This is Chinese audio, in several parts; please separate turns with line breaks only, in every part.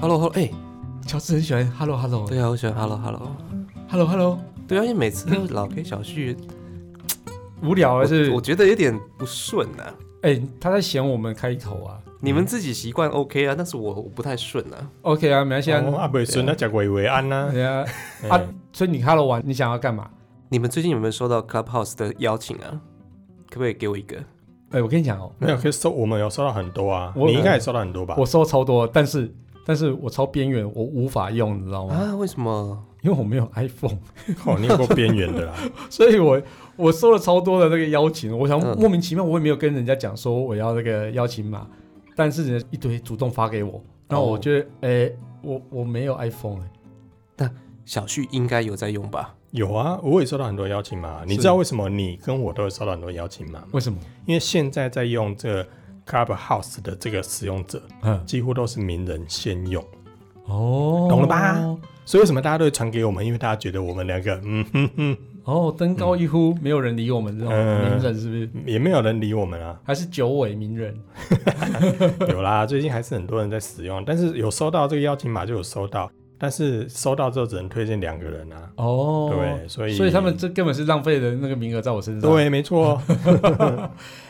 Hello Hello，哎、
乔治很喜欢 Hello Hello，
对啊，我喜欢 Hello Hello。
Hello Hello，
对啊，因为每次都老给小 旭，
无聊
我
嗯还是
我觉得有点不顺啊。
哎、他在嫌我们开头啊。
你们自己习惯 OK 啊，但是我我不太顺啊。
OK 啊，没关系啊。
哦哎啊，袂顺啊，食维维安呐
等。下
嘿
啊，所以你 Hello 完，你想要干嘛？
你们最近有没有收到 Clubhouse 的邀请啊？可不可以给我一个？
哎、我跟你讲哦、
没有，可以收，我们有收到很多啊，
我
你应该也收到很多吧？
我收超多，但是但是我超边缘，我无法用，你知道吗？
啊，为什么？
因为我没有 iPhone，
靠，你有够边缘的啦。
所以我我收了超多的那个邀请，我想
嗯
莫名其妙，我也没有跟人家讲说我要那个邀请码，但是人家一堆主动发给我，然后我觉得，哎、我我没有 iPhone 哎、
小旭应该有在用吧？
有啊，我也收到很多邀请码。你
是
知道为什么你跟我都会收到很多邀请码吗？
为什么？
因为现在在用这个 Clubhouse 的这个使用者，
嗯，
几乎都是名人先用，
哦，
懂了吧？所以为什么大家都会传给我们？因为大家觉得我们两个，嗯哼哼，
哦，登高一呼，没有人理我们这种
嗯
名人是不是？
也没有人理我们 啊。
还是九尾名人？
有啦，最近还是很多人在使用，但是有收到这个邀请码就有收到，但是收到之后只能推荐两个人啊。
哦，
对，所以
所以他们这根本是浪费了那个名额在我身上。，
对，没错。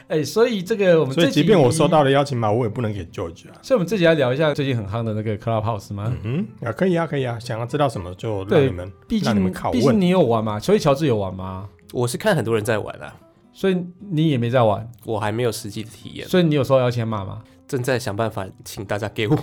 哎，所以这个我们
所以
这集
即便我收，到了邀请码，我也不能给 George 啊。
所以我们这集来聊一下最近很夯的那个 Clubhouse 吗？
嗯哼，啊，可以啊，可以啊，想要知道什么就让
对
你们。
毕
那你
竟
们拷问
毕竟你有玩嘛，所以乔治有玩吗？
我是看很多人在玩啊，
所以你也没在玩，
我还没有实际的体验，
所以你有收到邀请码吗？
正在想办法请大家给我。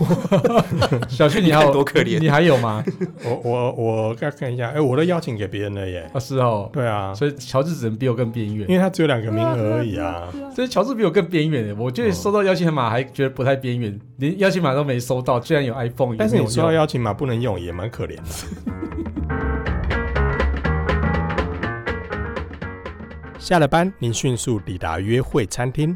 小旭，你还
你 看
有
多可怜
你还有吗？
我我我要看一下，哎、我都邀请给别人了耶。
啊，是 哦，
对啊，
所以乔治只能比我更边
因
缘。
为他只有两个名额而已啊。
所以乔治比我更边缘耶，我觉得收到邀请码还觉得不太边缘，连邀请码都没收到，居然有 iPhone，也
但是
没有
你收到
用
邀请码不能用，也蛮可怜的。下了班，您迅速抵达约会餐厅，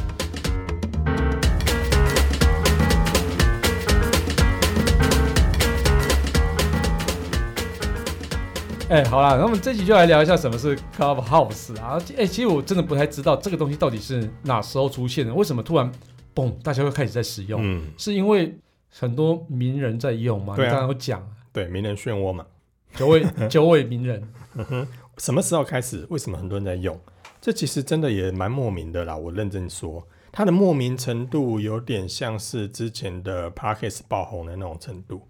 哎、好啦，那我们这集就来聊一下什么是 Clubhouse 啊。哎、其实我真的不太知道这个东西到底是哪时候出现的，为什么突然嘣大家会开始在使用？
嗯，
是因为很多名人在用吗？
对啊
你刚刚有讲
对，名人漩涡嘛。
九位九位名人，
什么时候开始？为什么很多人在用？这其实真的也蛮莫名的啦。我认真说，它的莫名程度有点像是之前的 Parkes 爆红的那种程 度，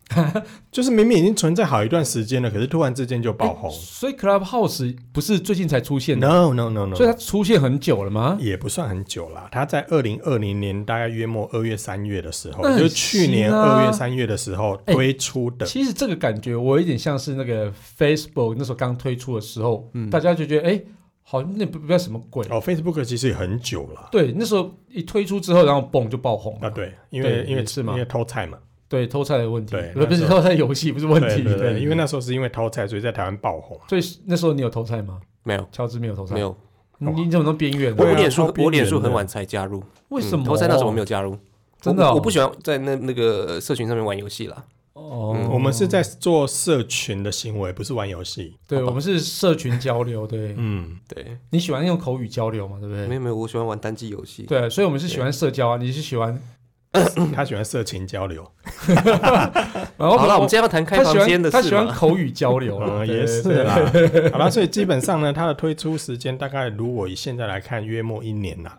就是明明已经存在好一段时间了，可是突然之间就爆红。
所以 Clubhouse 不是最近才出现的，
no no no no，
所以它出现很久了吗？
也不算很久啦。它在二零二零年大概约莫二月三月的时候，
那很
就是去年
新哎啊
二月三月的时候
哎
推出的。
其实这个感觉我有点像是那个 Facebook 那时候刚推出的时候，
嗯
大家就觉得哎、好像那不不知道什么鬼。
哦，Facebook 其实也很久了。
对，那时候一推出之后，然后嘣就爆红
啊，
了。
对，因为
哦对
因为
也是嘛
因为偷菜嘛，
对，偷菜的问题
对，
不是不
那时
是
候
偷菜游戏，不是问
对
题。嗯
对对，因为那时候是因为偷菜，所以在台湾爆红。
所以那时候你有偷菜吗？
没有，
乔治没有偷菜，
没。有，
你你怎么那么边缘呢
我
对啊
脸
超
书
边缘
我脸书
的
很晚才加入，
为什么？
嗯偷菜那时候我没
有。
有加入，
真的哦
我，我不喜欢在那那个社群上面玩游戏啦。
哦
嗯，
我们是在做社群的行为，不是玩游戏。
对，
好吧
我们是社群交流。对，
嗯，
对，
你喜欢用口语交流嘛？对不
没
对？
有没有，我喜欢玩单机游戏。
对，所以我们是喜欢社交啊，你是喜欢。
嗯 他喜欢色情交流，
然后
好了，我们今天要谈开
他
房
喜欢
间的
他喜
事
欢
嘛？
口语交流 啊
嗯，
对
也
对
是
对
啦。 好啦，所以基本上呢，它的推出时间大概如我以现在来看，约莫一年啦。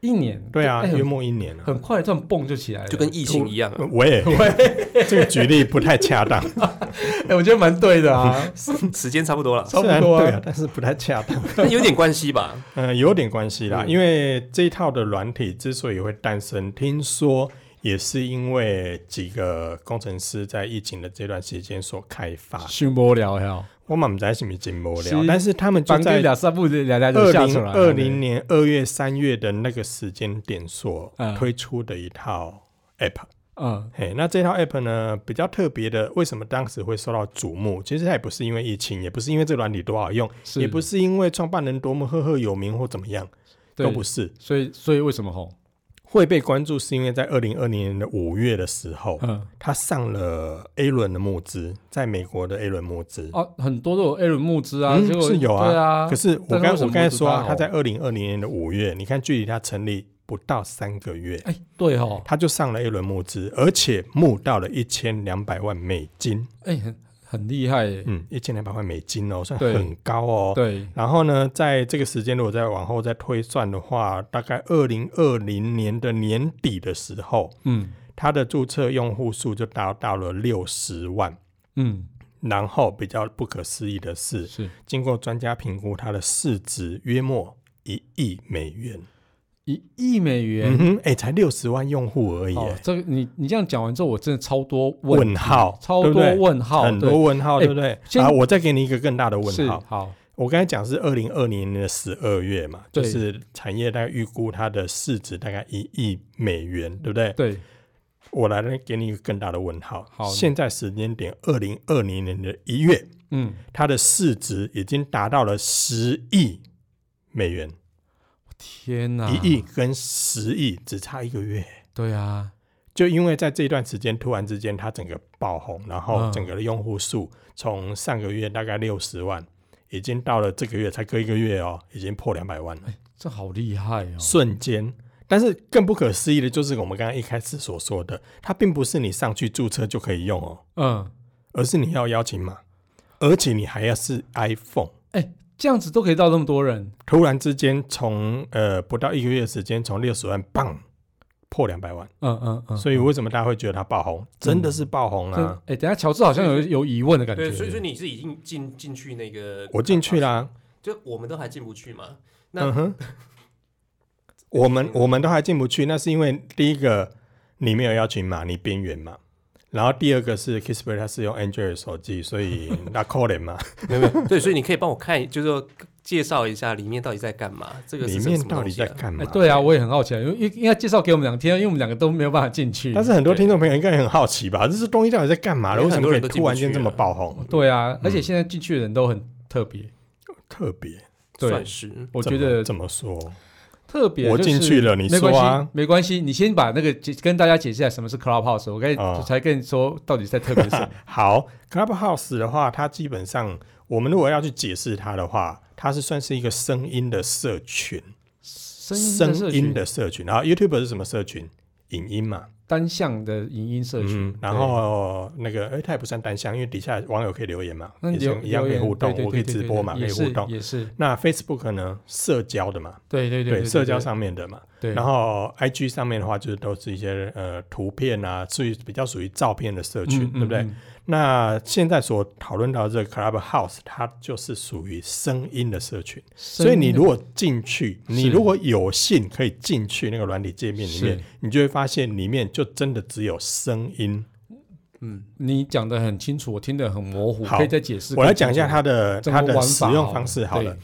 一年。
对啊，
哎
约
很
莫一 年啦。
很快这样蹦就起来 了，
就跟疫情一样啊，
呃喂， 这个举例不太恰当，
哎，我觉得蛮对的啊，
时间差不多了，
差不
虽然
多
对
啊
啊，。但是不太恰当。
但有点关系吧？
嗯，有点关系啦，
嗯
因为这一套的软体之所以会诞生，听说也是因为几个工程师在疫情的这段时间所开发的
训播聊 呀，
我嘛不知道是不是真无聊，
是
但是他们就
反正
在
两三步就两两就
二
下出
零
来了。
二零年二月、三月的那个时间点所
嗯
推出的一套 app。
嗯，
嘿，那这套 app 呢比较特别的，为什么当时会受到瞩目？其实它也不是因为疫情，也不是因为这软体多好用，
是
也不是因为创办人多么赫赫有名或怎么样，
对
都不是。
所以所以为什么红？
会被关注是因为在二零二零年的五月的时候，
嗯，
他上了 A 轮的募资，在美国的 A 轮募资。
哦，很多都有 A 轮募资啊，
嗯
结果
是有啊
对啊
可，是我
但是
刚
为什
我
么
刚才说
不知
啊，
道
他在二零二零年的五月，你看距离他成立不到三个月，
哎，对哦，
他就上了 A 轮募资，而且募到了一千两百万美金，
哎，很很厉害耶，
嗯，一千两百万美金哦，算
对
很高哦。
对，
然后呢，在这个时间如果再往后再推算的话，大概二零二零年的年底的时候，
嗯
它的注册用户数就达到了六十万。
嗯，
然后比较不可思议的是，
是
经过专家评估，它的市值约莫一亿美元。
一亿美元
嗯。哼，哎、才六十万用户而已、
哦
哎，
这个你你这样讲完之后，我真的超多问
问号，
超
对
多
不对
问号，
很
对
多问号，
哎
对不对？
先
啊，我再给你一个更大的
是
问号。
好，
我刚才讲是二零二零年的十二月嘛，就
对
是产业大概预估它的市值大概一亿美元，对不对？
对，
我来给你一个更大的问号。
好
现在时间点二零二零年的一月，
嗯，
它的市值已经达到了十亿美元，
天哪，
一、亿，跟十亿只差一个月。
对啊，
就因为在这一段时间突然之间它整个爆红，然后
嗯
整个的用户数从上个月大概六十万，已经到了这个月才隔一个月哦，已经破两百万了，
这好厉害哦，
瞬间。但是更不可思议的就是我们刚刚一开始所说的，它并不是你上去注册就可以用哦，
嗯，
而是你要邀请码，而且你还要是 iPhone。
这样子都可以到那么多人，
突然之间从呃不到一个月的时间，从六十万棒破两百万，
嗯嗯嗯，
所以为什么大家会觉得它爆红？真的是爆红啦、啊
嗯
这哎，等一下乔治好像有有疑问的感觉，
对，所以说你是已经进进去那个，
我进去，啦，
就我们都还进不去嘛。那
嗯哼，我们我们都还进不去，那是因为第一个你没有邀请码，你边缘嘛。然后第二个是 Kissplay，它是用 Android 手机，所以 那可怜嘛，
没有没 有，对，所以你可以帮我看，就是说介绍一下里面到底在干嘛，这个
里
是什
面
什么
到底
东西啊
在干嘛
哎，？对啊，我也很好奇，因为应应该介绍给我们两天，因为我们两个都没有办法进去，
但是很多
对
听众朋友应该很好奇吧，这是东西到底在干嘛的？
因
为
为
什
很
么
多
可以
人都进
突
不
然间
去
这么
了
爆红？
对啊，而且现在进去的人都很特别，
特别，
对
算是嗯
我
怎
觉
么
得
怎么说？
特别
我
就是
进去了你
没
说
关
啊
系，没关系，你先把那个解跟大家解释一下什么是 Clubhouse，我刚才、
啊
才跟你说到底在特别什 么。
好，Clubhouse 的话，它基本上我们如果要去解释它的话，它是算是一个声音的社群，
声音
声
社
音
群
的社群。然后 YouTube 是什么社群？影音嘛，
单向的影音社群，
嗯，然后那个，哎，它也不算单向，因为底下网友可以留言嘛，
对那
也
嗯留
是一样可以
留言
互动，
对对
我可以
对
直
对
播嘛，可
对
以
也
互
是
动。
也是
那 Facebook 呢，社交的嘛，
对对对
社交上面的嘛，
对，
然后 IG 上面的话，就是都是一些呃图片啊，属于比较属于照片的社
嗯
群，对不对？？
嗯嗯
那现在所讨论到的这个 Clubhouse，它就是属于声音的社群，所以你如果进去，
是
你如果有幸可以进去那个软体界面里面
是，
你就会发现里面就真的只有声音。
嗯，
你讲的很清楚，我听得很模糊，
好
可以再解释。
我来讲一下它
它
的
怎
它
么
的
玩
使
法
用
好
方
了
式好了
对。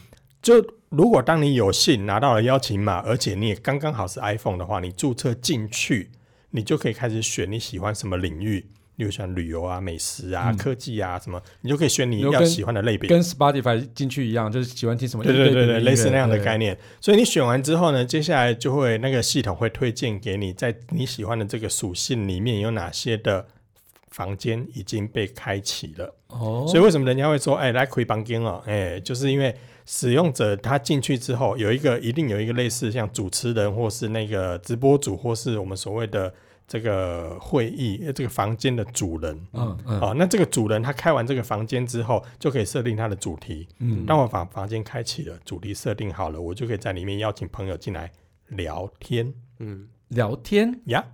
就如果当你有幸拿到了邀请码，而且你也刚刚好是 iPhone 的话，你注册进去，你就可以开始选你喜欢什么领域，例如像旅游啊、美食啊、
嗯
科技啊什么，你就可以选你
你就
要
跟
喜欢的类别。
跟 Spotify 进去一样，就是喜欢听什么
对对对对，类似那样的概
念。
念。所以你选完之后呢，接下来就会那个系统会推荐给你，在你喜欢的这个属性里面有哪些的房间已经被开启了。
哦，
所以为什么人家会说，哎、来回房间哦，哎、就是因为使用者他进去之后，有一个一定有一个类似像主持人或是那个直播主或是我们所谓的这个会议呃这个房间的主人。
嗯嗯
哦，那这个主人他开完这个房间之后，就可以设定他的主题。
嗯，
当我把房间开启了，主题设定好了，我就可以在里面邀请朋友进来聊天
嗯，
聊天，
呀。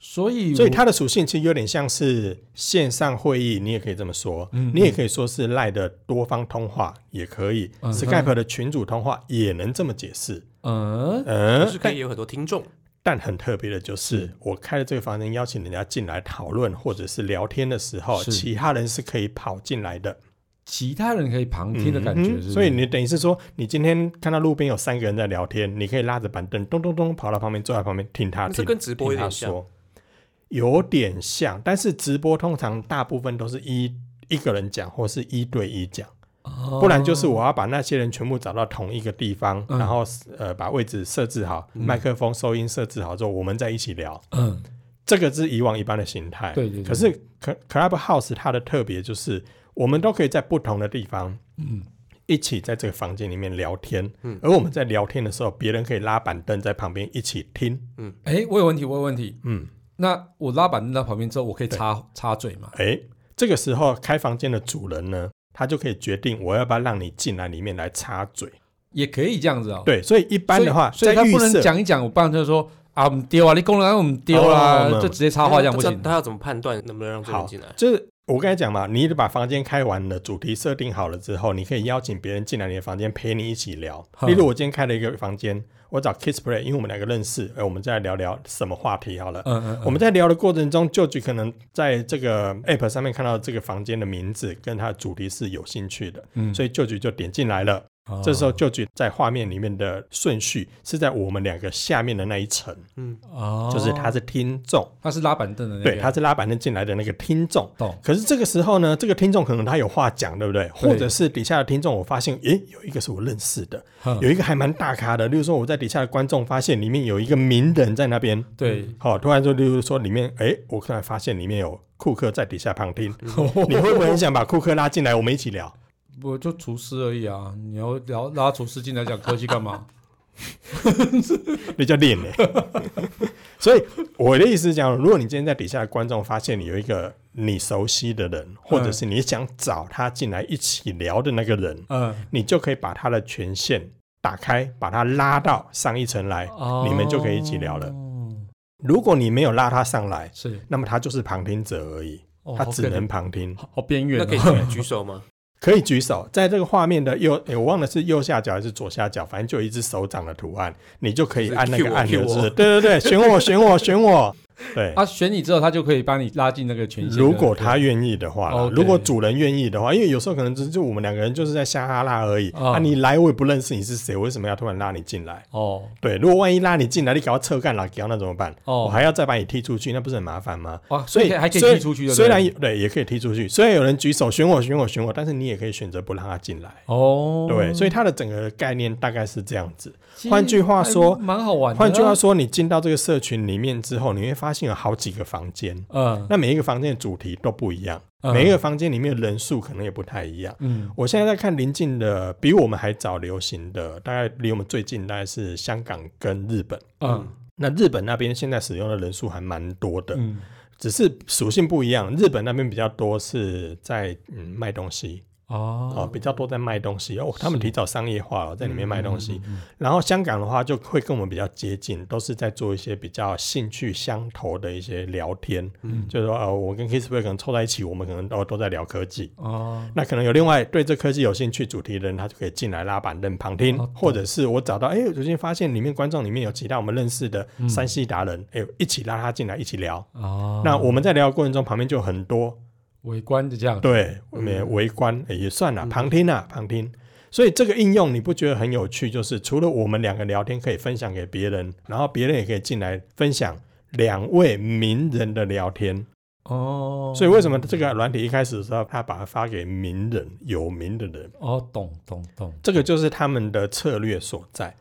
所以
所以
我
它的属性其实有点像是线上会议，你也可以这么说，
嗯
你也可以说是赖的多方通话也可以、
嗯
s c y p e 的群组通话也能这么解释。
嗯
就
嗯，
是可以有很多听众，
但很特别的就是，我开了这个房间邀请人家进来讨论或者是聊天的时候，
是
其他人是可以跑进来的。
其他人可以旁听的感觉，是不
嗯
是
哼所以你等于是说，你今天看到路边有三个人在聊天，你可以拉着板凳咚咚咚跑到旁边，坐在旁边听他
那这
听，
跟直播有
听他
点像。
说，有点像。但是直播通常大部分都是一一个人讲，或是一对一讲。
哦
不然就是我要把那些人全部找到同一个地方，
嗯
然后呃把位置设置好，
嗯
麦克风、收音设置好之后，我们再一起聊。
嗯，
这个是以往一般的形态。
对对对
哎可是 Cl- Clubhouse 它的特别就是，我们都可以在不同的地方，
嗯，
一起在这个房间里面聊天。
嗯
而我们在聊天的时候，别人可以拉板凳在旁边一起听。
哎，我有问题，我有问题。
嗯，
那我拉板凳到旁边之后，我可以插插嘴嘛？
诶，这个时候开房间的主人呢，他就可以决定我要不要让你进来里面来插嘴。
也可以这样子哦。
对，所以一般
所以，
的话，
所以
在
他
预
不能
设
讲一讲，我爸就说啊，我们丢啊，你功能我们丢啦
哦，嗯
就直接插话这样不
他
行。
他要怎么判断能不能让这个人
好
进来？
就是我刚才讲嘛，你把房间开完了，主题设定好了之后，你可以邀请别人进来你的房间陪你一起聊。
哼
例如我今天开了一个房间，我找 Kiss Play，因为我们两个认识，哎，我们再来聊聊什么话题好了。
嗯嗯，
我们在聊的过程中，就只可能在这个 app 上面看到这个房间的名字跟它的主题是有兴趣的，
嗯
所以旧局就点进来了。
哦
这时候旧局在画面里面的顺序是在我们两个下面的那一层，
嗯，
哦，
就是他是听众，
他是拉板凳的那个，
对，他是拉板凳进来的那个听众。
懂
可是这个时候呢，这个听众可能他有话讲，对不对？或者是底下的听众，我发现，诶，有一个是我认识的，
哼
有一个还蛮大咖的。例如说，我在底下的观众发现里面有一个名人在那边，
对，
好、突然就例如说里面，诶，我突然发现里面有库克在底下旁听，你会不会很想把库克拉进来，我们一起聊？
我就厨师而已啊，你要聊拉厨师进来讲科技干 嘛？
那叫练呢。 所以我的意思是讲，如果你今天在底下的观众发现你有一个你熟悉的人，或者是你想找他进来一起聊的那个人，
嗯，
你就可以把它的权限打开，把它拉到上一层来。
哦
你们就可以一起聊了。如果你没有拉他上来，
是，
那么他就是旁听者而已，
哦
他
好
只
可怜
能旁听。
好好边缘
那
哦，
可以进来举手吗？
可以举手，在这个画面的右，诶我忘了是右下角还是左下角，反正就有一只手掌的图案，你就可以
是
按那
cue
个
我
按钮，
cue 我
是，对对对，选我，选我，选我，对。
他啊选你之后，他就可以把你拉进那个权限。
如果他愿意的话啦，
哦 OK
如果主人愿意的话，因为有时候可能就就我们两个人就是在瞎哈拉而已、
哦
啊，你来我也不认识你是谁，我为什么要突然拉你进来？
哦
对，如果万一拉你进来，你给他侧干拉给他，那怎么办？我
哦，
还要再把你踢出去，那不是很麻烦吗？
哇，
所以
还可以
虽
踢出去的，
虽
对不
然
对
有对也可以踢出去，虽然有人举手选我选我选我，但是你也可以选择不让他进来。
哦，
对，所以
以
它的整个概念大概是这样子。换句话说
蛮好玩的啊。
换句话说，你进到这个社群里面之后，你会发现有好几个房间，
嗯，
那每一个房间的主题都不一样，
嗯
每一个房间里面的人数可能也不太一样。
嗯
我现在在看临近的，比我们还早流行的，大概离我们最近大概是香港跟日本。
嗯
那日本那边现在使用的人数还蛮多的，
嗯，
只是属性不一样。日本那边比较多是在嗯卖东西哦、
哦，
比较多在卖东西哦，他们
是
提早商业化了，在里面卖东西。
嗯，嗯嗯
然后香港的话就会跟我们比较接近，都是在做一些比较兴趣相投的一些聊天，
嗯
就是说呃，我跟 Kissplay 可能凑在一起，我们可能都都在聊科技。
哦，
那可能有另外对这科技有兴趣主题的人，他就可以进来拉板凳旁听，
哦懂
或者是我找到，哎、我最近发现里面观众里面有其他我们认识的
嗯
山西达人，哎、一起拉他进来一起聊。
哦，
那我们在聊的过程中，旁边就有很多
围观就这样，
对
嗯
没围观、哎也算了，
嗯
旁听啊，旁听。所以这个应用你不觉得很有趣？就是除了我们两个聊天可以分享给别人，然后别人也可以进来分享两位名人的聊天。
哦，
所以为什么这个软体一开始的时候，他把它发给名人、有名的人？
哦，懂懂懂，
这个就是他们的策略所在。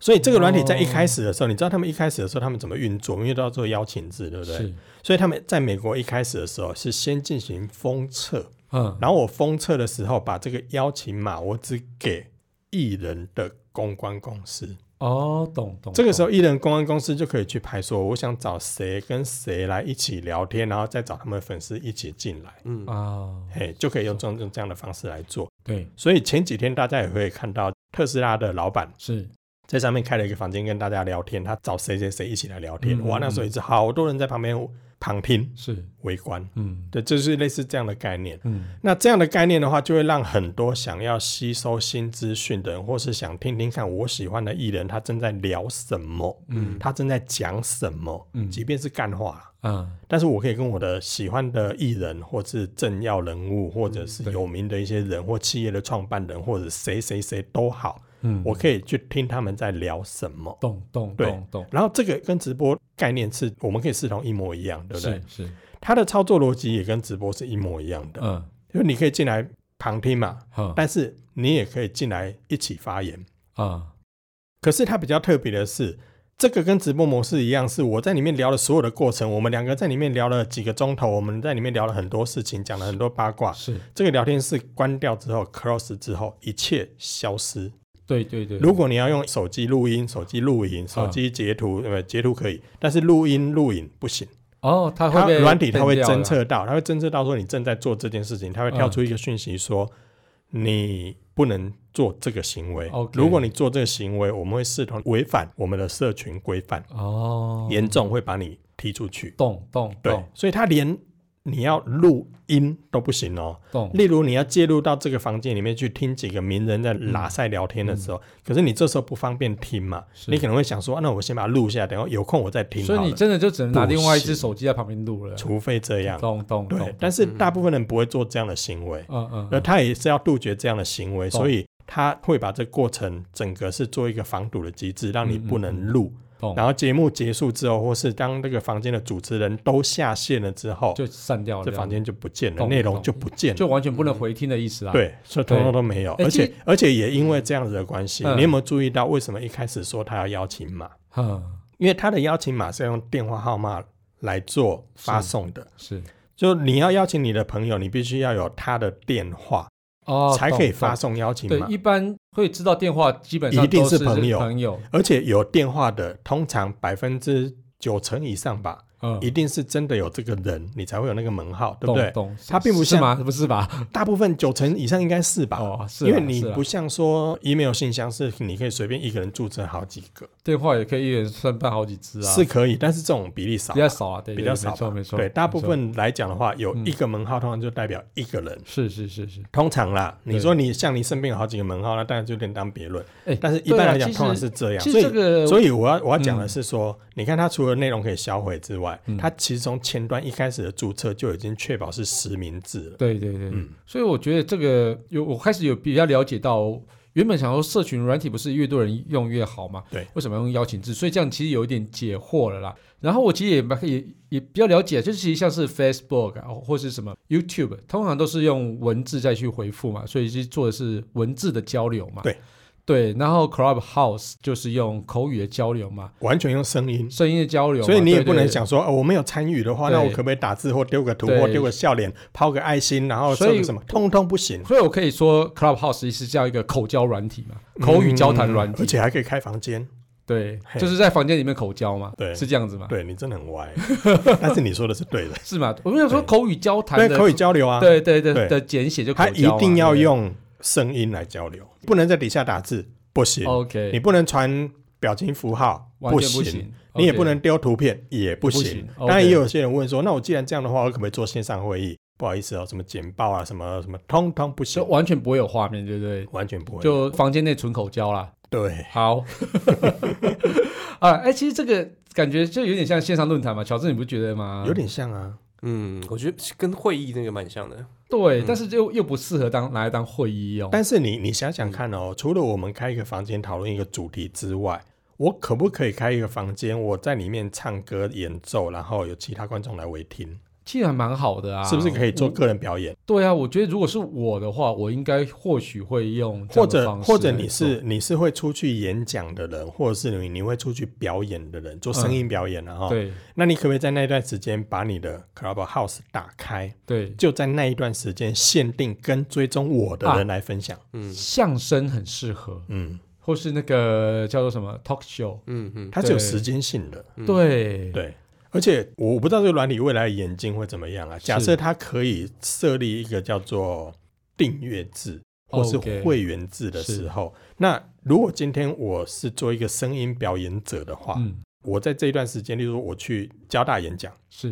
所以这个软体在一开始的时候，你知道他们一开始的时候他们怎么运作？因为都要做邀请制，对不对？
是，
所以他们在美国一开始的时候是先进行封测，
嗯，
然后我封测的时候把这个邀请码我只给艺人的公关公司。
哦，懂懂，
这个时
候
候艺人公关公司就可以去排说，我想找谁跟谁来一起聊天，然后再找他们的粉丝一起进来，
嗯，
啊，
嘿，就可以用这种用这样的方式来做。
对，
所以前几天大家也会看到特斯拉的老板。
是，
在上面开了一个房间跟大家聊天，他找谁谁谁一起来聊天，
嗯
哇，那时候也是好多人在旁边旁听
是，
围观，
嗯
对，就是类似这样的概念。
嗯，
那这样的概念的话，就会让很多想要吸收新资讯的人，或是想听听看我喜欢的艺人他正在聊什么，
嗯
他正在讲什么，
嗯
即便是干话啦
啊，
但是我可以跟我的喜欢的艺人，或是政要人物，或者是
嗯对
有名的一些人，或企业的创办人，或者谁谁谁都好，
嗯，
我可以去听他们在聊什么。
懂懂
对
懂懂，
然后这个跟直播概念是我们可以视同一模一样，对不对？
是是，
它的操作逻辑也跟直播是一模一样的，
嗯
就是你可以进来旁听嘛，
好，
但是你也可以进来一起发言。
啊，
可是它比较特别的是，这个跟直播模式一样，是我在里面聊了所有的过程，我们两个在里面聊了几个钟头，我们在里面聊了很多事情，讲了很多八卦。
是
这个聊天室关掉之后，close 之后，一切消失。
对对对，
如果你要用手机录音、手机录影、手机截图，呃、截图可以，但是录音录影不行。
哦，它
它
会被
软体它会
ban 掉
侦
了嗯
测到，它会侦测到说你正在做这件事情，它会跳出一个讯息说、你不能做这个行为。
OK
如果你做这个行为，我们会视同违反我们的社群规范，
哦，
严重会把你踢出去。
动动
对，
动
所以它连你要录音都不行哦。
动，
例如你要介入到这个房间里面去听几个名人在拉塞聊天的时候，可是你这时候不方便听嘛，
嗯是
你可能会想说，啊那我先把它录下来，等我有空我再听好
所
了。
以你真的就只能拿另外一
不
只
行
手机在旁边录了，
除非这样，
动动
对
动，，
但是大部分人不会做这样的行为，
嗯嗯
而
嗯，
他也是要杜绝这样的行为，
懂
所以他会把这过程整个是做一个防堵的机制，让你不能录。
嗯懂
然后节目结束之后，或是当这个房间的主持人都下线了之后，
就散掉了
这
样，
房间就不见了，
懂
内容
懂
就不见了，
就完全不能回听的意思啊，，
对，所以通通都没有，
对
而且
诶
而且也因为这样子的关系，
嗯
你有没有注意到为什么一开始说他要邀请码？
嗯，
因为他的邀请码是要用电话号码来做发送的，
是
就你要邀请你的朋友，你必须要有他的电话、
哦，
才可以
懂
发
懂
送邀请
对，
码
一，般会知道电话，基本上
一定
都
是
是
朋友
朋友，
而且有电话的，通常百分之九成以上吧，
嗯，
一定是真的有这个人，你才会有那个门号，对不
懂
对？
懂，
它并不
是
像
吗？不是吧？
大部分九成以上应该是吧。
哦，是啊，
因为你
是啊
不像说 email 信箱是你可以随便一个人注册好几个，
电话也可以一人算办好几只啊，
是可以，但是这种比例少
比，较少啊，对，
比
对
较
对
少
没错
吧
没错，
对，大
没
部
错
分来讲的话，有
嗯
一个门号通常就代表一个人。
是是是是，
通常啦，你
对
说你像你身边有好几个门号，那当然就另当别论。
哎
但是一
对
般
啊
来讲，
其实
通常是这样。
其
所
实这
以，
个，
所
以
以我要我要讲的是说，你看它除了内容可以销毁之外，
嗯
它其实从前端一开始的注册就已经确保是实名制了。
对对对，
嗯
所以我觉得这个有，我开始有比较了解到。原本想说社群软体不是越多人用越好嘛？
对，
为什么要用邀请制？所以这样其实有一点解惑了啦。然后我其实也蛮也也比较了解，啊就是其实像是 Facebook 啊，或是什么 YouTube，通常都是用文字再去回复嘛，所以是做的是文字的交流嘛。
对
对，然后 Clubhouse 就是用口语的交流嘛，
完全用声音。
声音的交流嘛，
所以你也
啊对
不能。
对对
想说，哦，我没有参与的话，那
对
我可不可以打字或丢个图
对
或丢个笑脸，抛个爱心，然后
所
做
以
个什么，通通不行。
所以我可以说 Clubhouse 是叫一个口交软体嘛，口语交谈软
嗯
体，
而且还可以开房间。
对，
嘿
就是在房间里面口交嘛，
对
是这样子嘛，
对你真的很歪， 但是你说的是对的，
是吗？我们想说
对
口语交谈
对，
的，
口语交流啊，，
对对对
对
的简写就口
他
交
一
嘛
定要
对
用声音来交流，不能在底下打字，不行，你
OK，
不能传表情符号，
哦完全
行，
行，
你也
OK
不能丢图片，也不
不
行
行。哦
当然，
OK
也有些人问说，那我既然这样的话，我可不可以做线上会议？不好意思哦，什么简报啊，什么什么，通通不行
就，完全不会有画面，对不对？
完全不会。
就房间内纯口交啦。
对，
好， 啊，哎，其实这个感觉就有点像线上论坛嘛，乔治，你不觉得吗？
有点像啊，
嗯，我觉得是跟会议那个蛮像的。
对，但是又又不适合当拿来当会议用。
嗯但是你你想想看
嗯
哦，除了我们开一个房间讨论一个主题之外，我可不可以开一个房间，我在里面唱歌演奏，然后有其他观众来围听，
其实还蛮好的啊，
是不是可以做个人表演？
对啊，我觉得如果是我的话，我应该或许会用这
或
样的
者
方式
或者
来
你
做
是你是会出去演讲的人，或者是你你会出去表演的人，做声音表演然后、
嗯对
那你可不可以在那一段时间把你的 Clubhouse 打开，
对
就在那一段时间限定跟追踪我
啊
的人来分享？
嗯
相声很适合，
嗯，
或是那个叫做什么 talk show，、
嗯嗯，
它是
对
有时间性的。
嗯，
对
对，而且我不知道这个软体未来的演进会怎么样啊。假设它可以设立一个叫做订阅制或是
哦 OK，
会员制的时候，那如果今天我是做一个声音表演者的话，
嗯，
我在这一段时间，例如说我去交大演讲，
是，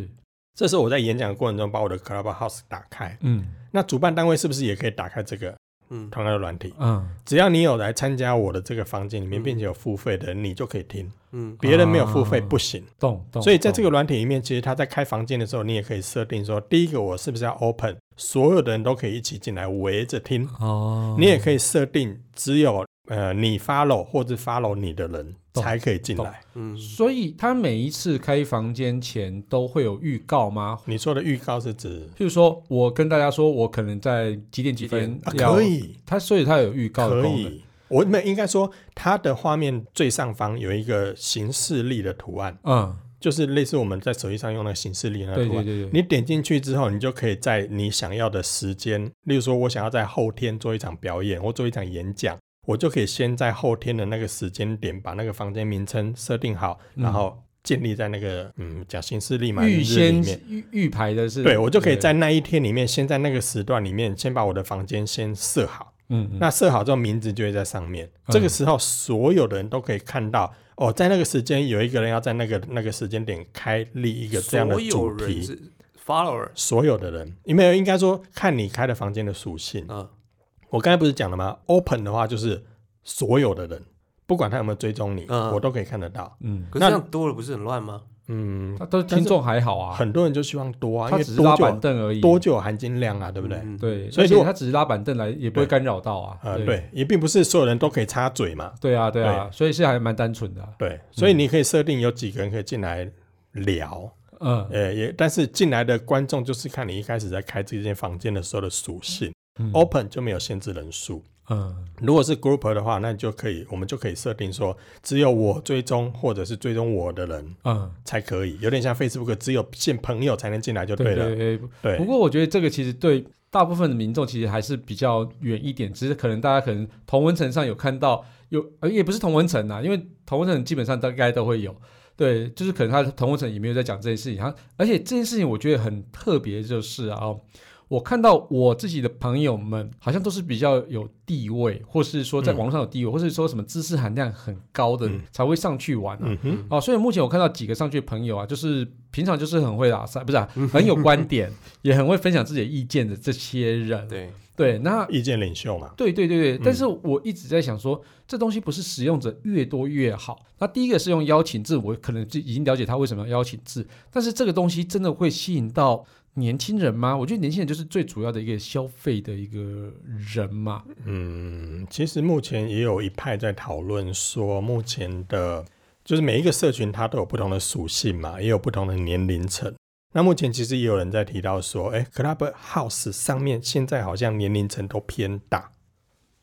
这
这时候我在演讲的过程中把我的 Clubhouse 打开，
嗯
那主办单位是不是也可以打开这个
嗯
同样的软体？
嗯，
只要你有来参加我的这个房间里面，
嗯
并且有付费的，你就可以听，
嗯
别人没有付费
啊
不行。
懂懂。
所以在
懂
这个软体里面，其实它在开房间的时候，你也可以设定说，第一个我是不是要 open，所有的人都可以一起进来围着听。
哦，
你也可以设定只有呃你 follow 或者 follow 你的人
懂
才可以进
懂
来。
嗯，
所以他每一次开房间前都会有预告吗？
你说的预告是指
譬如说我跟大家说我可能在几点几分
啊，
要，
可以，
他所以他有预告的
可
功能。
以。我们应该说，它的画面最上方有一个形式力的图案，
嗯，
就是类似我们在手机上用的形式力那个
对
图
对
案。
对对，
啊你点进去之后，你就可以在你想要的时间，例如说，我想要在后天做一场表演或做一场演讲，我就可以先在后天的那个时间点把那个房间名称设定好，
嗯
然后建立在那个嗯讲形式力嘛
预
日历里
先
面。
预预排的是，
对，我就可以在那一天里面，先在那个时段里面，先把我的房间先设
嗯
好。
嗯
那设好之后，名字就会在上面。
嗯
这个时候，所有的人都可以看到哦，在那个时间有一个人要在那个那个时间点开立一个这样的
所有
主
人
题。
是 follower，
所有的人，因为应该说看你开的房间的属性。
嗯，
我刚才不是讲了吗？Open 的话就是所有的人，不管他有没有追踪你，
嗯
我都可以看得到。
嗯，
可是
那
这样多了不是很乱吗？
嗯，
他都听众还好啊，
很多人就希望多啊，因
他
为
只是拉
多
板
就
凳而已，
多就有含金量啊，对不对？
嗯，
对，
所以
而
如
且
果
他只是拉板凳来，也不会
对
干扰到啊。
呃，，对，也并不是所有人都可以插嘴嘛。
对啊，对啊，所以是还蛮单纯的啊。
对，所以你可以设定有几个人可以进来聊。
嗯
呃，也但是进来的观众就是看你一开始在开这间房间的时候的属性、
嗯
o p e n 就没有限制人数。
嗯
如果是 group 的话，那你就可以，我们就可以设定说，只有我追踪或者是追踪我的人
嗯，
才可以，有点像 Facebook，只有限朋友才能进来就
对
了。
对对。
对
不过我觉得这个其实对大部分的民众其实还是比较远一点，只是可能大家可能同文层上有看到有，呃，也不是同文层啊，因为同文层基本上大概都会有。对，就是可能他同文层也没有在讲这件事情，他而且这件事情我觉得很特别，就是啊、哦，我看到我自己的朋友们好像都是比较有地位，或是说在
嗯
网络上有地位，或是说什么知识含量很高的、
嗯
才会上去玩啊。
嗯哼，
哦，所以目前我看到几个上去的朋友啊，就是平常就是很会拉塞，不是、啊、很有观点，也很会分享自己的意见的这些人。
对，
对，那
意见领袖嘛，
对对对对，但
嗯
是我一直在想说，这东西不是使用者越多越好。那第一个是用邀请制，我可能就已经了解他为什么要邀请制，但是这个东西真的会吸引到年轻人吗？我觉得年轻人就是最主要的一个消费的一个人嘛。
嗯，其实目前也有一派在讨论说，目前的就是每一个社群它都有不同的属性嘛，也有不同的年龄层。那目前其实也有人在提到说，哎，Clubhouse 上面现在好像年龄层都偏大，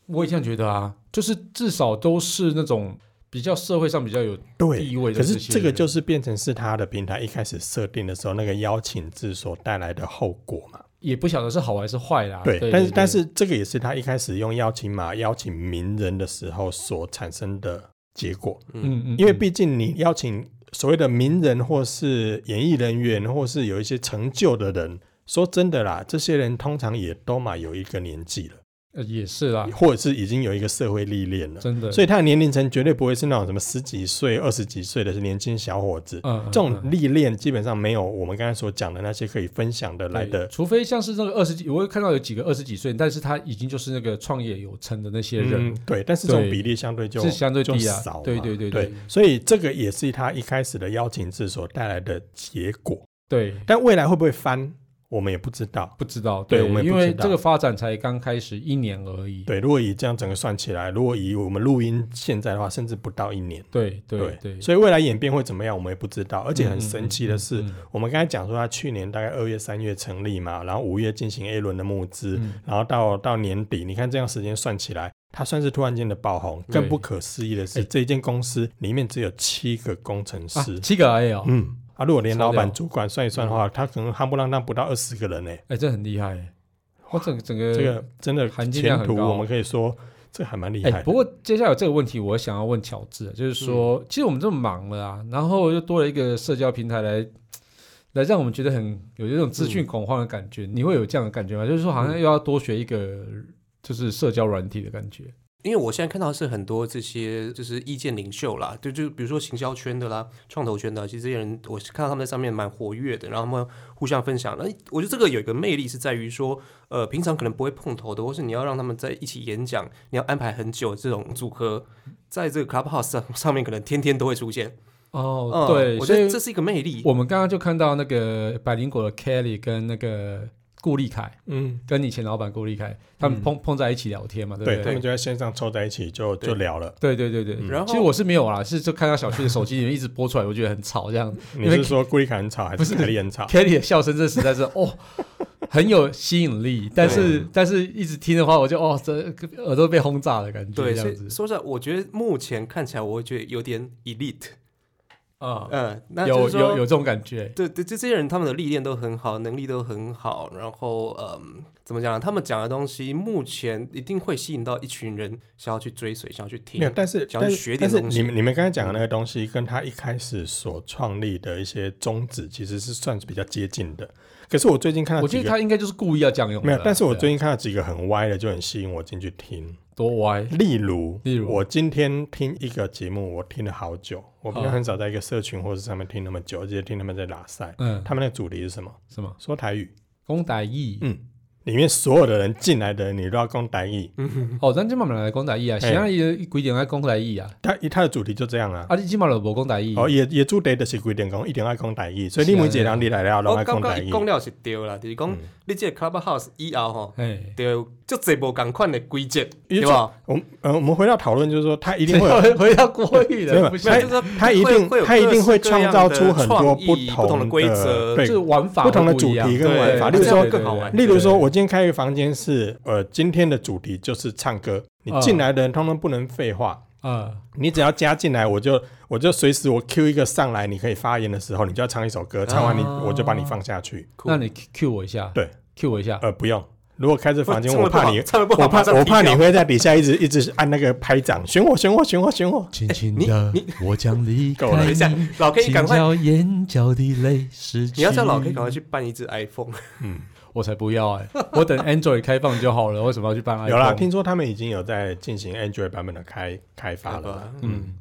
我也这样觉得啊，就是至少都是那种比较社会上比较有
对。
地位的
可
这些
是
人。
这个就是变成是它的平台一开始设定的时候那个邀请制所带来的后果嘛。
也不晓得是好还是坏啦。
对，
啊对
但是
对
但是这个也是他一开始用邀请码邀请名人的时候所产生的结果。
嗯嗯，
因为毕竟你邀请所谓的名人或是演艺人员，或是有一些成就的人，说真的啦，这些人通常也都嘛有一个年纪了，
呃也是啦，
或者是已经有一个社会历练了，
真的，
所
以
以他的年龄层绝对不会是那种什么十几岁、二十几岁的是年轻小伙子。
嗯，这
这种历练基本上没有我们刚才所讲的那些可以分享的来的
除非像是那个二十几，我会看到有几个二十几岁，但是他已经就是那个创业有成的那些人
嗯，对，但是这种
对
比例相对就是
相对
就
低啊
少嘛，
对对对
对，所以这个也是他一开始的邀请制所带来的结果。
对，
但未来会不会翻，我们也不知道。
不知道，
对我们也
因
不知
为
道
这个发展才刚开始一年而已，
对，如果以这样整个算起来，如果以我们录音现在的话，甚至不到一年。
对对对，
所以未来演变会怎么样，我们也不知道。而
而
且很神奇的是，
嗯
我们刚才讲说，它去年大概二月、三月成立嘛，然后五月进行 A 轮的募资，
嗯
然后到到年底，你看这样时间算起来，它算是突然间的爆红。
对
更不可思议的是，
哎
这一间公司里面只有七个工程
啊嗯
师，
七个 A 哦，
嗯，啊，如果连
超
老板、
屌
主管算一算的话，他可能夯不啷当不到二十个人呢、
哎，这很厉害欸，哇，整个整个
这个真的
含金量
前
很
途，
高
我们可以说这还蛮厉害
哎、
的。
不过接下来有这个问题，我想要问乔治，啊就是说，其实我们这么忙了啊，然后又多了一个社交平台来，来让我们觉得很有一种资讯恐慌的感觉。你会有这样的感觉吗？就是说，好像又要多学一个就是社交软体的感觉。
因为我现在看到的是很多这些就是意见领袖啦，就就比如说行销圈的啦、创投圈的啊，其实这些人我是看到他们在上面蛮活跃的，然后他们互相分享。那我觉得这个有一个魅力是在于说，呃，平常可能不会碰头的，或是你要让他们在一起演讲，你要安排很久这种组合，在这个 Clubhouse 上上面可能天天都会出现。
哦
嗯，
对，
我
所
觉
以
得这是一个魅力。
我们刚刚就看到那个百灵果的 Kelly 跟那个。顾立凯
嗯，
跟你前老板顾立凯他们
嗯
碰、碰在一起聊天嘛，嗯对不
对
对？
他们就在线上凑在一起就
对
就聊了。
对对对对，
然后
其实我是没有啦，是就看到小旭的手机里面一直播出来，我觉得很吵这样。
你
因为
是说故意砍很吵还
不
是
是
凯莉 很吵？
Kelly 的笑声这实在是哦，很有吸引力，但是但是一直听的话，我就哦，这耳朵被轰炸的感觉，
对，
这
所
样
以
子
说实在，我觉得目前看起来，我会觉得有点 elite。
哦
啊，
嗯，那就
有
是说
有有这种感觉，
对对，这这些人他们的历练都很好，能力都很好，然后嗯，怎么讲呢？他们讲的东西，目前一定会吸引到一群人想要去追随，想要去听
没有，。但是
想要
但
学点
是但是
东西
你们你们刚才
嗯
讲的那个东西，跟他一开始所创立的一些宗旨，其实是算是比较接近的。可是我最近看到
我
几
觉得
个
他应该就是故意要这样用的啦。
没有，但是我
对啊
最近看到几个很歪的，就很吸引我进去听。
多歪，
例如，
例如
我今天听一个节目，我听了好久，我平
哦
常很少在一个社群或者上面听那么久，而且听他们在拉塞。
嗯，
他们的主题是什么？
什么
说台语。
公仔义
嗯里面所有的人进来的人，你都要讲台语。
哦，咱今晚来公仔义啊，
嗯嘿
谁让伊规定爱公仔义啊？
他他的主题就这样啊。
啊，你今晚就无公仔义，
哦，也也主题就是规定讲一定要讲台语，所以你
是啊
每一个人你来了，拢
我
爱
刚
讲
刚
台
一
语。
讲了是对啦，就是讲
嗯
你这个 clubhouse 以后吼，
哎，
就就这无共款的规则，
因
对
为
吧？
我们呃，我们回到讨论，就是说他一
一
定会有，
回回到国语
没有
的，不
没有
行
他，
就是说
他一
会
定
会有
他一定会
各式各
创
样
造
的
出很多
创
不
意不
同
同的规则
对
就是玩法
不同的
会一样
主题跟
对
玩
法
对
例如
对
说
对对
更好玩
例如说，
对
我今天开一个房间是呃，今天的主题就是唱歌，你
嗯
进来的人通通不能废话。
啊，
你只要加进来，我就我就随时我 Q 一个上来，你可以发言的时候，你就要唱一首歌，唱完你
啊
我就把你放下去。
酷
那你 Q 我一下，
对
，Q 我一下，
呃，不用，如果开这房间，
唱得
我
不好
怕你，
唱的不好，
我怕
马上
我
踢
怕
掉
你会在底下一直一直按那个拍掌，选我选我选我选我。
轻轻的，我将离
够了
开
等一下
你，，
老 K
请
赶快，
将眼角的泪湿去。
你要叫老 K 赶快去办一只 iPhone。
我才不要哎，我等 Android 开放就好了，为什么要去办 iPhone？
有啦，听说他们已经有在进行 Android 版本的开开发了啦。嗯，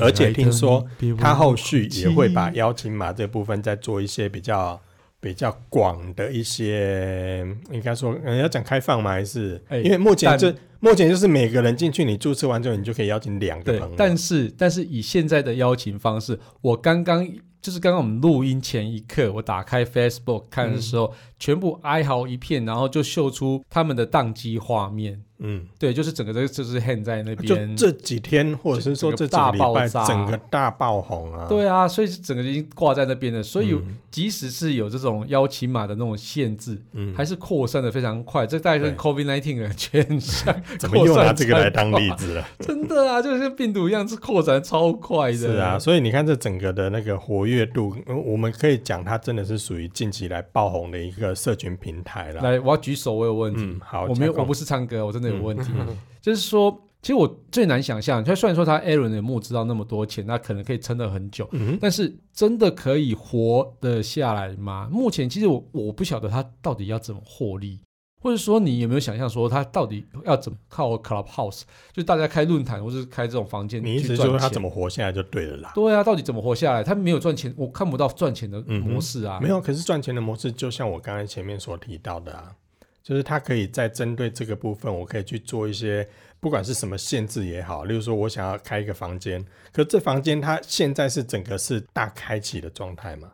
而且听说他后续也会把邀请码这部分再做一些比较比较广的一些，应该说，嗯，要讲开放吗？还是、
哎
因为目前
但
这目前就是每个人进去，你注册完之后，你就可以邀请两个
对
朋友。，
但是但是以现在的邀请方式，我刚刚就是刚刚我们录音前一刻，我打开 Facebook 看的时候，
嗯
全部哀嚎一片，然后就秀出他们的宕机画面。
嗯，
对，就是整个这个就是 hand 在那
啊就
边。
这几天或者是说这
整个大
几个礼拜，
爆炸
整个大爆红啊。
对啊，所以是整个已经挂在那边了。所以
嗯
即使是有这种邀请码的那种限制，
嗯，
还是扩散的非常快。这大概
对，
跟 COVID nineteen 的现象
怎么又拿这个来当例
子？
子了？
真的啊，就是病毒一样，是扩展超快的。
是啊，，所以你看这整个的那个活跃度，呃我们可以讲它真的是属于近期来爆红的一个社群平台啦。
来，我要举手，我有问题。
啊嗯，好，
我没有，
讲嗯
我不是唱歌，我真的有问题。 就是说，其实我最难想象，他虽然说他 Aaron 也募资到那么多钱，那可能可以撑得很久，
嗯
但是真的可以活得下来吗？目前其实我我不晓得他到底要怎么获利。或者说，你有没有想象说他到底要怎么靠 Clubhouse，就是大家开论坛或是开这种房间
你意
去赚
思就是
钱？
说它怎么活下来就对了啦。
对啊，到底怎么活下来？他没有赚钱，我看不到赚钱的
嗯哼
模式啊。
没有，可是赚钱的模式就像我刚才前面所提到的啊，就是它可以在针对这个部分，我可以去做一些不管是什么限制也好，例如说我想要开一个房间，可是这房间它现在是整个是大开启的状态嘛？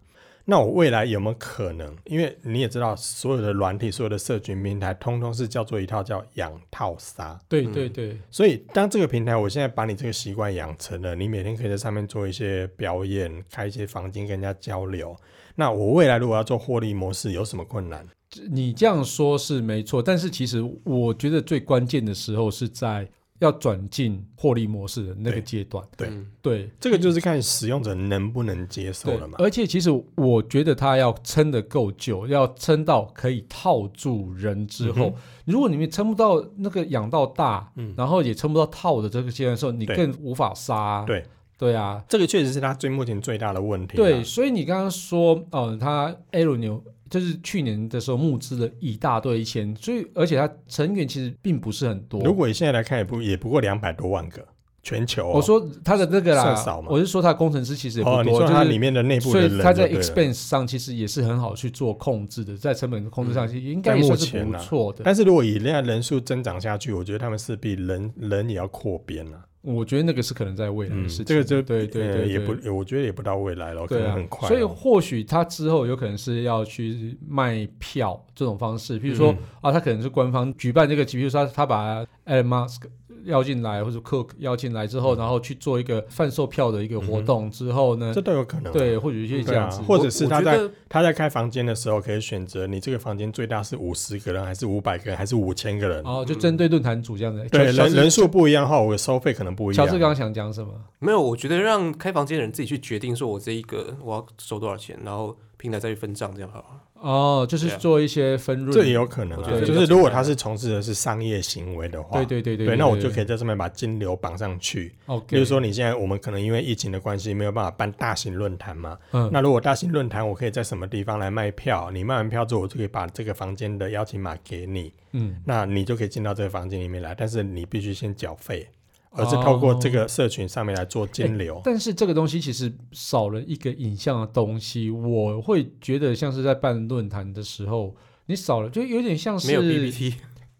那我未来有没有可能？因为你也知道，所有的软体、所有的社群平台，通通是叫做一套叫养套杀。
对对对，
所以，当这个平台我现在把你这个习惯养成了，你每天可以在上面做一些表演，开一些房间跟人家交流。那我未来如果要做获利模式，有什么困难？
你这样说是没错，但是其实我觉得最关键的时候是在要转进获利模式的那个
对
阶段。
对
嗯
对
这个就是看使用者能不能接受
对
了嘛，。
而且其实我觉得他要撑得够久，要撑到可以套住人之后，
嗯哼
如果你们撑不到那个养到大，
嗯
然后也撑不到套的这个阶段的时候，你
对
更无法杀啊。
对
对啊，
这个确实是他最目前最大的问题啦。啊
对，所以你刚刚说，呃，他 a r o n 有就是去年的时候募资了一大堆钱，所以而且他成员其实并不是很多。
如果你现在来看，也不也不过两百多万个，全球哦、
我说它的那个啦
算少，嘛
我是说它工程师其实也不
哦，你
多，
说
就
它
是
里面的内部
所
的
以
人
它在
就对了
expense 上其实也是很好去做控制的，在成本控制上其实应
在
该也
目
算是
前
不
啊
错的。
但是如果以现在人数增长下去，我觉得他们势必人人也要扩编啊。嗯
我觉得那个是可能在未来的事情，
这个就
对对
呃
对，
也
对
不，也我觉得也不到未来了，可
对
能
啊
很，快哦。
所以或许他之后有可能是要去卖票这种方式，比如说、
嗯
啊，他可能是官方举办这个，比如说他他把 Elon Musk 邀进来或者 Cook 邀进来
嗯
之后，然后去做一个贩售票的一个活动之后呢，
这都有可能啊。
对，或许就是这
对啊
样子，
或者是
我
他
觉
在
得
他在开房间的时候，可以选择你这个房间最大是五十个人，还是五百个人，还是五千个人。
哦，就针对论坛组这样子。
啊对，
乔
人人数不一样的话，我的收费可能不一
乔
样。
治刚刚想讲什么？
没有，我觉得让开房间的人自己去决定，说我这一个我要收多少钱，然后平台再去分账，这样好了。
哦，就是
对啊
做一些分润，
这也有可能
我
啊
觉得，
就
比较
是如果
简单
他是从事的是商业行为的话，
对对对对
啊对，那我就
以，
可以在上面把金流绑上去。比
比
如说，你现在我们可能因为疫情的关系，没有办法办大型论坛嘛。
嗯，
那如果大型论坛，我可以在什么地方来卖票？你卖完票之后，我就可以把这个房间的邀请码给你，
嗯，
那你就可以进到这个房间里面来，但是你必须先缴费，
哦
而是透过这个社群上面来做金流。
但是这个东西其实少了一个影像的东西，我会觉得像是在办论坛的时候，你少了，就有点像是
没有 PPT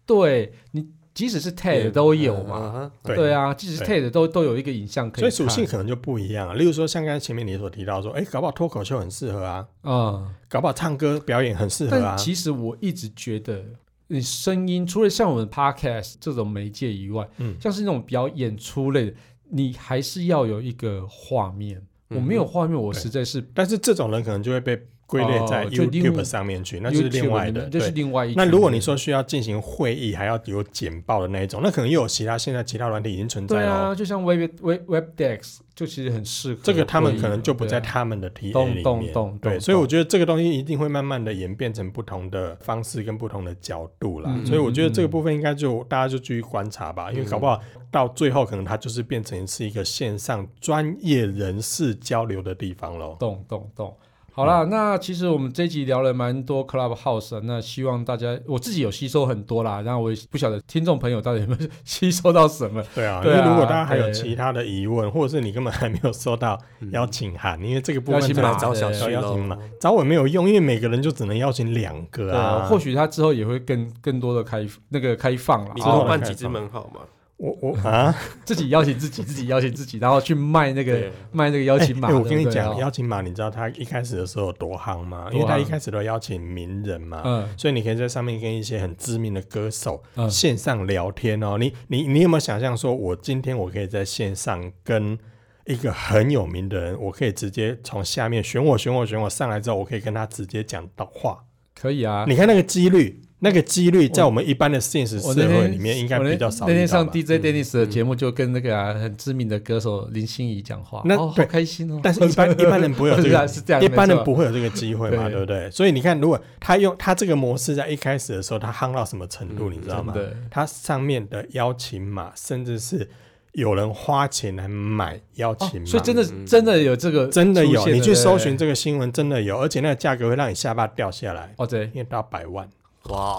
对你即使是
哎
TED 都有嘛，
嘛？
嗯对
对啊，即使是
对
TED 都都有一个影像可
所
以
以属性
看
可能就不一样啊。例如说，像刚才前面你所提到说，哎、搞不好脱口秀很适合啊，
啊、
搞不好唱歌表演很适合啊
但。其实我一直觉得。你声音除了像我们 podcast 这种媒介以外，
嗯
像是那种比较演出类的，你还是要有一个画面。我没
嗯
有画面，我
嗯对
实在是
但是这种人可能就会被归类在
哦就另
YouTube 上面去，那就是
YouTube
另外的。
那就是
对。
另外一群
那
人。
如果你说需要进行会议，还要有简报的那一种，那可能又有其他现在其他软体已经存在
对
了哦。
啊，就像 Web Web Webdex 就其实很适合
这个他们
会议
可能就不在
对啊
他们的 TA
懂
里面，
懂懂
对，
懂
所以我觉得这个东西一定会慢慢的演变成不同的方式跟不同的角度啦。
嗯
所以我觉得这个部分应该就大家就继续观察吧，因为搞不好到最后可能它就是变成是一个线上专业人士交流的地方喽。
懂懂懂。好啦，
嗯
那其实我们这一集聊了蛮多 Clubhouse，、啊、那希望大家我自己有吸收很多啦，然后我也不晓得听众朋友到底有没有吸收到什么。
对啊，
对啊
因为如果大家还有
对嗯
其他的疑问，或者是你根本还没有收到邀请函，因为这个哎部分
邀请
可
码
能
来找小
对
旭
找邀
喽
请。码，找我没有用，因为每个人就只能邀请两个啊。
或许他之后也会更更多的开那个开放了，
你
之
之
后
后
哦
办几只门号嘛？
我 我啊，
自己邀请自己，自己邀请自己，然后去卖那个
对
卖那个邀请码。
哎哎我跟
对
你
不对
讲，
哦
邀请码，你知道他一开始的时候有多夯吗？因
多
为他
夯
一开始都邀请名人嘛。
嗯
所以你可以在上面跟一些很知名的歌手
嗯
线上聊天哦。你你你有没有想象说，我今天我可以在线上跟一个很有名的人，我可以直接从下面选我选我选我上来之后，我可以跟他直接讲到话。
可以啊。
你看那个几率，那个几率在我们一般的现实社
我那
会
天
里面应该
我
比较少
那
遇
天
到
上
吧。嗯
DJ Dennis 的节目，就跟那个、啊、很知名的歌手林心怡讲话，
那
哦，好
对
开心哦。
但是一般 一般人不会有这
是啊
个
是这样，
一般
没
人
错
不会有这个机会嘛，
对
对不对？所以你看，如果他用他这个模式在一开始的时候，他夯到什么程度，
嗯
你知道吗
真的？
他上面的邀请码，甚至是有人花钱来买邀
哦
请码，
所以真的
嗯
真的有这个
真的有，
出现
你去搜寻
对
这个新闻，真的有，而且那个价格会让你下巴掉下来，
哦，对
因，为到百万，
哇！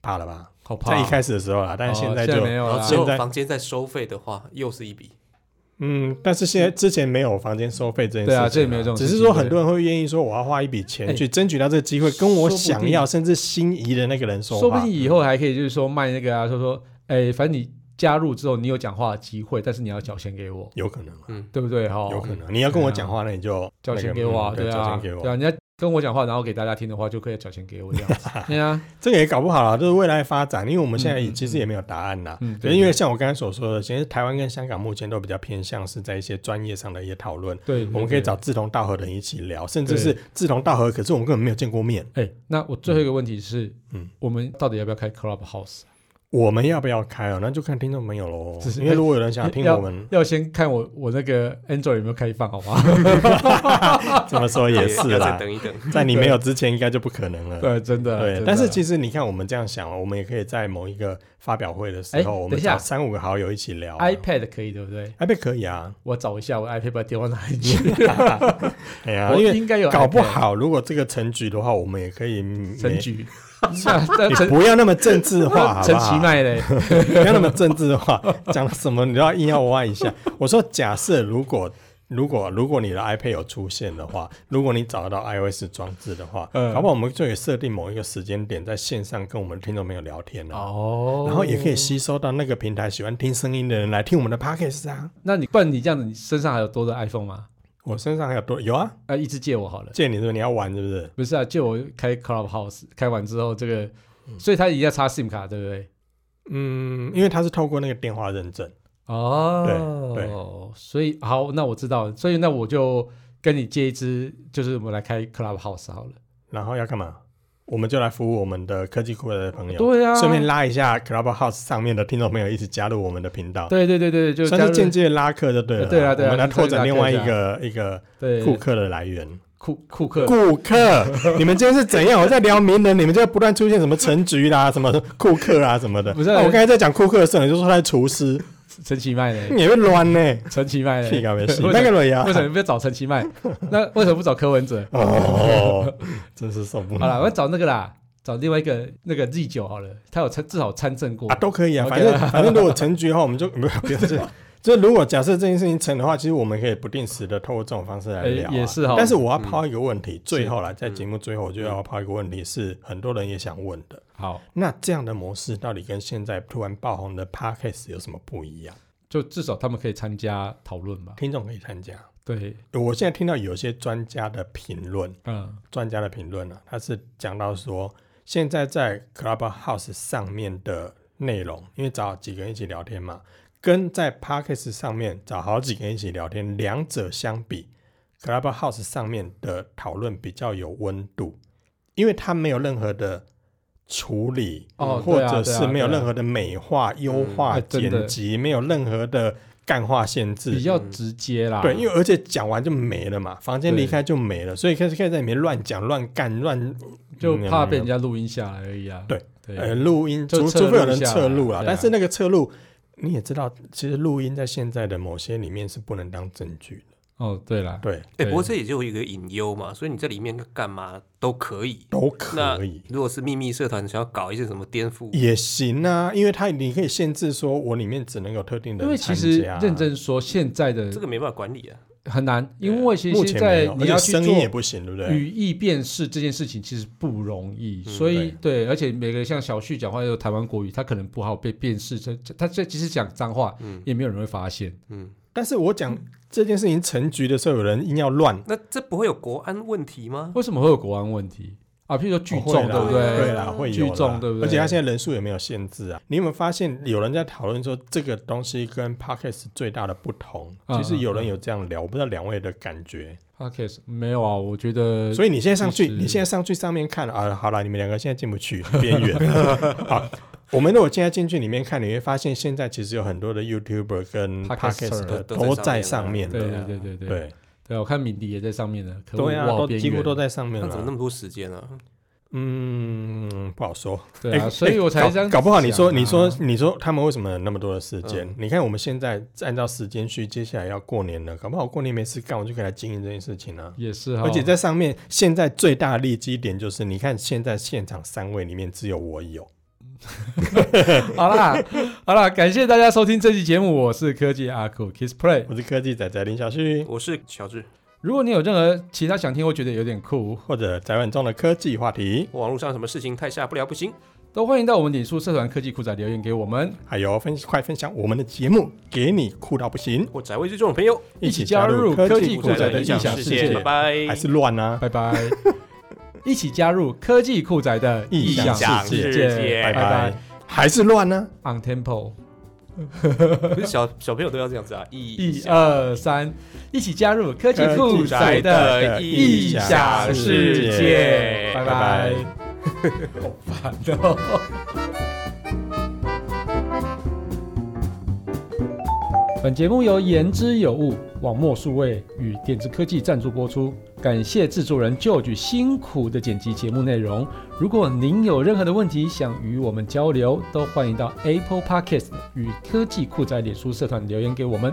怕了吧？
好怕
在
哦。
一开始的时候啦，但是现在
哦
就
没有
然后
了啊，
之后
现在
房间再收费的话，又是一笔。
嗯，但是现在之前没有房间收费这件事情、
对啊这里没有这种
只
事
是
情
说
对
很多人会愿意说我要花一笔
哎
钱去争取到这个机会，跟我
说不定
想要甚至心仪的那个人说
说不
话。
定以后还可以就是说卖那个啊，说说哎，反正你加入之后你有讲话的机会，但是你要缴钱给我，
有可能啊，
嗯，
对不对？哈，
有可能。啊你要跟我讲话，那你就
缴
那
啊钱
个
给我啊，
嗯对，交
啊，
钱给
对
我。
啊，你要跟我讲话，然后给大家听的话，就可以缴钱给我这样 子。对啊，
这个也搞不好啦，这是未来发展，因为我们现在
嗯
也
嗯
其实也没有答案啦。
嗯，
对，
对，
因为像我刚才所说的，其实台湾跟香港目前都比较偏向是在一些专业上的一些讨论，
对，
我们可以
嗯对
找志同道合的人一起聊，甚至
对
是志同道合，可是我们根本没有见过面。
哎，那我最后一个问题是，
嗯
我们到底要不要开 Clubhouse？
我们要不要开哦？那就看听众朋友喽
只。是
因为如果有人想听
要
我们
要先看我我那个 Android 有没有开放，好吗？
嗯这么说也是
要再
啦，
等一等。
在你没有之前应该就不可能了。
对，真的。
对
真的
但是其实你看，我们这样想哦，我们也可以在某一个发表会的时
哎
候，我
等
们
一下
找三五个好友一起聊啊。
iPad 可以对不对？
iPad 可以啊，
我找一下我 iPad 把电话拿 去，
哎呀，
我
因为
应该有 iPad。
搞不好如果这哎个成局的话，我们也可以
陈
没，
局，是啊，那
你
陈
不要那么政治化，好不
陈其
好？
奈 嘞。
不要那么政治化，讲什么你都要硬要挖一下。我说假设如果如果如果你的 iPad 有出现的话，如果你找到 iOS 装置的话，
嗯
好不好？我们就可以设定某一个时间点，在线上跟我们听众朋友聊天啊。
哦
然后也可以吸收到那个平台喜欢听声音的人来听我们的 podcast 啊。
那你不然你这样子，你身上还有多的 iPhone 吗？
我身上还有多有啊？
啊，一直借我好了。
借你是不是你要玩是不是？
不是啊，借我开 Clubhouse，开完之后这个，所以他一定要插 SIM 卡，对不对？
嗯，因为它是透过那个电话认证。
哦，
对
所以好，那我知道了，所以那我就跟你借一支，就是我们来开 Clubhouse 好了。
然后要干嘛？我们就来服务我们的科技库的朋友，
对啊，
顺便拉一下 Clubhouse 上面的听众朋友一起加入我们的频道，
对对对对，就
算
加
是
入
间接拉客就对了。
呃对啊对啊
我们来
算是拉客
拓展另外一个一个
对
顾客的来源。
库库克
顾客，你们今天是怎样？我在聊名人，你们就不断出现什么陈菊啦、什么顾客啊什么的。
不是
啊我刚才在讲顾客的时候，你就说他是 厨师，
陈其迈嘞，
你也会乱呢。
陈其迈
屁
嘞，
搞没事，
为什么
那个雷啊
为。什么不要找陈其 迈？那为什么不找柯文哲？
哦，真是受不
好了，
了。
我要找那个啦，找另外一个那个 Z 九好了，他有参至少参政过
啊，。都可以啊，
OK
反正反正如果成局的话，我们就 不要不要这样。就如果假设这件事情成的话，其实我们可以不定时的透过这种方式来
哎
聊啊、
也是哈嗯
但是我要抛一个问题，最后啦，在节目最后，我就要抛一个问题，是很多人也想问的。
好，
那这样的模式到底跟现在突然爆红的 podcast 有什么不一样？
就至少他们可以参加讨论嘛。
听众可以参加。
对，
我现在听到有些专家的评论，
嗯，
专家的评论啊，他是讲到说，现在在 Clubhouse 上面的内容，因为找几个人一起聊天嘛，跟在 Podcast 上面找好几个人一起聊天，两者相比，Clubhouse 上面的讨论比较有温度，因为它没有任何的处理，
哦
或
对啊
者
对啊
是没有
对啊
任何的美化、优
哎
化、
真的
剪辑，没有任何的干化限制，
比较直接啦。
对，因为而且讲完就没了嘛，房间
对
离开就没了，所以开始可以在里面乱讲、乱干、乱，
就
嗯
怕被人家录音下来而已啊。
对呃
对，
录音，
就
除
侧录
除非有人
一下
侧录啦
对啊，
但是那个侧录你也知道，其实录音在现在的某些里面是不能当证据的，
哦，对啦，
对，
哎、
对
不过这也就有一个隐忧嘛，所以你在里面干嘛都可以。
都
那
可以。
如果是秘密社团，想要搞一些什么颠覆，
也行啊，因为它你可以限制说，我里面只能有特定的
因为
人
其
参
实
加啊。
认真说，现在的
这个没办法管理啊。
很难，因为其
目
实现
前没
在
有，而
你
且
要去
声音也
做
不行，对不嗯对？
语义辨识这件事情，其实不容易。所以对，而且每个人像小旭讲话有台湾国语，他可能不好被辨识成，他这即使讲脏话，
嗯
也没有人会发现。
但是我讲这件事情成局的时候，有人硬要乱，
那这不会有国安问题吗？
为什么会有国安问题啊？譬如说聚
哦会
众，
啦
对不
对
对？
啦，会有
聚
啦
众对不对
而且它现在人数也没有限制啊。你有没有发现有人在讨论说这个东西跟 podcast 最大的不同？
嗯
其实有人有这样聊，我不知道两位的感觉。
Podcast 没有啊，我觉得
所以你现在上
其
去，
实
你现在上去上面看啊，好了，你们两个现在进不去，边 缘。好，我们如果现在进去里面看，你会发现现在其实有很多的 YouTuber 跟
Podcaster
podcast 的
都
都
都
在
在
上
上
面
面
对
的，啊
对对啊对对
对
对，我看敏迪也在上面呢，可恶
对啊，
我好
都
边
几乎
缘
都在上面
那怎么那
了。
么多时间啊？
嗯，不好说。
对啊，
哎
所以我才
搞
这样
搞不好你
想
说
啊嗯
你说你说他们为什么有那么多的时间？你看我们现在按照时间序，接下来要过年了，搞不好过年没事干，我就可以来经营这件事情啊。
也是哈，
而且在上面，现在最大的利基点就是，你看现在现场三位里面只有我有，
好啦， 好啦，感谢大家收听这期节目，我是科技阿酷 Kiss Play。
我是科技仔仔林小旭，
我是乔治，
如果你有任何其他想听，或觉得有点酷，
或者宅晚中的科技话题，
网络上什么事情太下不了不行。
都欢迎到我们脸书社团科技酷仔留言给我们，
还有分快分享我们的节目，给你酷到不行，
或宅位最重的朋友，
一起加入科技酷
酷宅
仔
的
的
异
异
想
想
世
世
界，
界
拜。拜。
还是乱啊！
拜 拜，一起加入科技酷仔的
异
异
想
想
世
世
界
界，
拜
拜
拜，还是乱啊呢、
拜。On Temple，
不是小小朋友都要这样子啊？一
一二三，一起加入科技酷仔的异想世界，拜拜。好烦哦。本节目由言之有物、网墨数位与点子科技赞助播出，感谢制作人 George 辛苦的剪辑节目内容。如果您有任何的问题想与我们交流，都欢迎到 Apple Podcast 与科技酷宅脸书社团留言给我们。